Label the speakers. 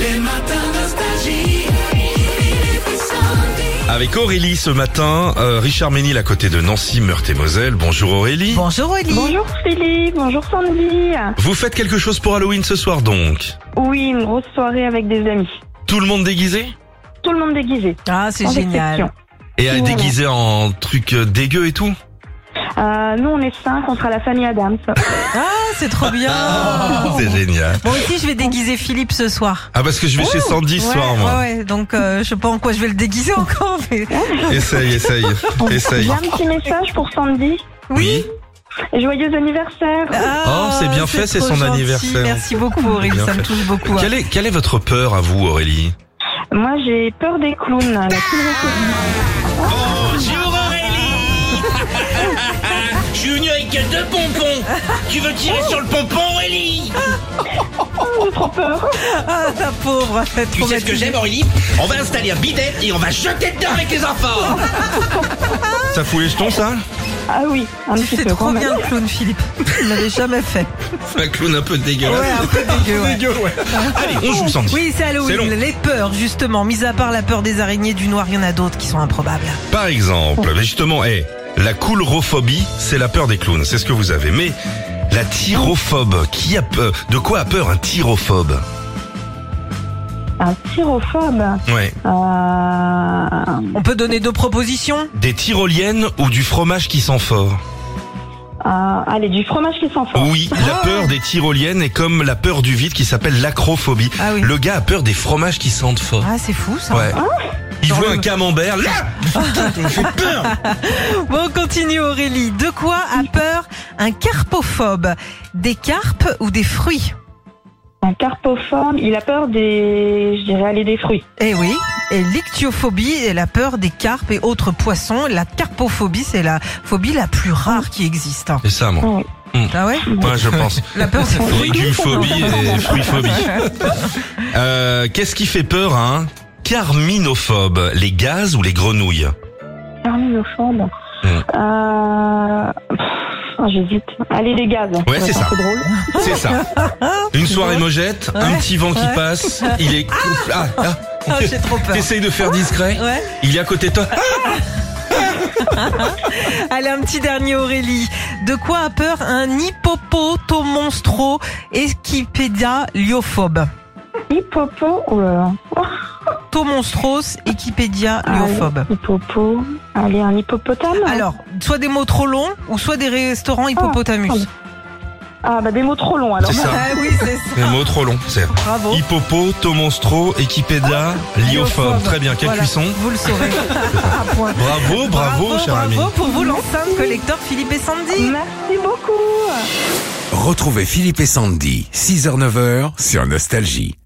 Speaker 1: Les matins nostalgie.
Speaker 2: Avec Aurélie ce matin, euh, Richard Ménil à côté de Nancy, Meurthe et Moselle. Bonjour Aurélie.
Speaker 3: Bonjour Aurélie.
Speaker 4: Bonjour Philippe, bonjour Sandy.
Speaker 2: Vous faites quelque chose pour Halloween ce soir donc
Speaker 4: Oui, une grosse soirée avec des amis.
Speaker 2: Tout le monde déguisé
Speaker 4: Tout le monde déguisé.
Speaker 3: Ah, c'est
Speaker 4: sans
Speaker 3: génial.
Speaker 4: exception.
Speaker 2: Et à
Speaker 4: Voilà.
Speaker 2: déguisé en truc euh, dégueu et tout
Speaker 4: Euh, nous, on est cinq, on sera la famille Adams.
Speaker 3: Ah, c'est trop bien. Oh.
Speaker 2: C'est génial.
Speaker 3: Bon, aussi, je vais déguiser Philippe ce soir.
Speaker 2: Ah parce que je vais chez Sandy ce
Speaker 3: Oh. ouais,
Speaker 2: soir moi.
Speaker 3: Ouais, ouais, donc euh, je sais pas en quoi je vais le déguiser encore, mais
Speaker 2: Essaye, essaye,
Speaker 4: J'ai
Speaker 2: essaye.
Speaker 4: un petit message pour Sandy.
Speaker 2: Oui.
Speaker 4: Joyeux anniversaire.
Speaker 3: Ah,
Speaker 2: Oh, c'est bien fait, c'est
Speaker 3: trop
Speaker 2: son
Speaker 3: gentil.
Speaker 2: anniversaire.
Speaker 3: Merci beaucoup Aurélie,
Speaker 2: Bien
Speaker 3: ça me
Speaker 2: fait.
Speaker 3: touche beaucoup. hein.
Speaker 2: Quelle est, quelle est votre peur à vous Aurélie
Speaker 4: Moi, j'ai peur des clowns.
Speaker 3: Ah.
Speaker 4: La
Speaker 5: Bonjour Aurélie Je suis venu avec deux pompons Tu veux tirer sur le pompon Aurélie
Speaker 4: J'ai trop peur.
Speaker 3: Ah, la pauvre, elle est
Speaker 5: Tu sais ce que
Speaker 3: traumatisée.
Speaker 5: j'aime Aurélie On va installer un bidet et on va jeter dedans avec les enfants
Speaker 2: Ça fout les jetons ça
Speaker 4: Ah oui, un
Speaker 3: Tu
Speaker 4: petit
Speaker 3: fais
Speaker 4: peu.
Speaker 3: trop
Speaker 4: quand même.
Speaker 3: bien le clown Philippe. Il l'avait jamais fait.
Speaker 2: Un clown un peu Oh, dégueulasse.
Speaker 3: Ouais, un peu dégueu. ouais.
Speaker 2: Allez, on joue Sandy.
Speaker 3: Oui, c'est
Speaker 2: C'est long.
Speaker 3: Halloween. Les peurs, justement. Mis à part la peur des araignées, du noir, il y en a d'autres qui sont improbables.
Speaker 2: Par exemple, mais justement, eh, la coulrophobie, c'est la peur des clowns, c'est ce que vous avez. Mais la tyrophobe, qui a peur De quoi a peur un tyrophobe
Speaker 4: Un tyrophobe.
Speaker 2: Ouais.
Speaker 4: Euh,
Speaker 3: On peut donner deux propositions
Speaker 2: Des tyroliennes ou du fromage qui sent fort
Speaker 4: euh, allez, du fromage qui s'en fort.
Speaker 2: Oui, la
Speaker 3: Oh.
Speaker 2: peur des tyroliennes est comme la peur du vide qui s'appelle l'acrophobie.
Speaker 3: Ah oui.
Speaker 2: Le gars a peur des fromages qui sentent fort.
Speaker 3: Ah, c'est fou ça.
Speaker 2: Ouais. Il
Speaker 3: Dans
Speaker 2: voit
Speaker 3: le- Ah.
Speaker 2: un camembert, là
Speaker 3: Bon, on continue Aurélie. De quoi a peur un carpophobe Des carpes ou des fruits
Speaker 4: Un carpophobe, il a peur des, je dirais, aller des fruits.
Speaker 3: Eh oui. Et l'ictiophobie est la peur des carpes et autres poissons. La carpophobie, c'est la phobie la plus rare qui existe.
Speaker 2: C'est ça, moi.
Speaker 4: Oui.
Speaker 3: Ah ouais
Speaker 2: Ouais, je pense.
Speaker 3: La peur des fruits.
Speaker 2: Légumes-phobie et fruits-phobie. Euh, Qu'est-ce qui fait peur à un carminophobe Les gaz ou les grenouilles
Speaker 4: Carminophobe.
Speaker 2: Mm.
Speaker 4: Euh... pff, oh, J'hésite. Allez, les gaz.
Speaker 2: Ouais, c'est ça.
Speaker 4: C'est drôle.
Speaker 2: C'est ça. Une soirée mojette, un
Speaker 3: Ouais.
Speaker 2: petit vent qui
Speaker 3: Ouais.
Speaker 2: passe, il est... Ah, ah.
Speaker 3: Ah, J'ai trop peur.
Speaker 2: T'essayes de faire discret
Speaker 3: Ouais.
Speaker 2: Il est à côté de toi.
Speaker 3: Ah, Allez, un petit dernier Aurélie. De quoi a peur un hippopotomonstro Esquipédia lyophobe
Speaker 4: Hippopo. Oh là là. Oh,
Speaker 3: Tomonstros Equipédia lyophobe.
Speaker 4: allez, hippopo. Allez, un hippopotame.
Speaker 3: Alors, soit des mots trop longs ou soit des restaurants hippopotamus.
Speaker 4: pardon. Ah, bah, des mots trop longs alors.
Speaker 2: C'est ça.
Speaker 3: Ah oui, c'est ça.
Speaker 2: Les mots trop longs. C'est
Speaker 3: Bravo. Ah,
Speaker 2: Hippopo, Tomonstro, Equipeda, Lyophobe. Très bien, quel
Speaker 3: Voilà,
Speaker 2: cuisson.
Speaker 3: Vous le saurez. Un point.
Speaker 2: Bravo, bravo, cher ami.
Speaker 3: Bravo pour vous, l'enceinte collecteur Philippe et Sandy.
Speaker 4: Merci beaucoup.
Speaker 6: Retrouvez Philippe et Sandy, 6h-9h sur Nostalgie.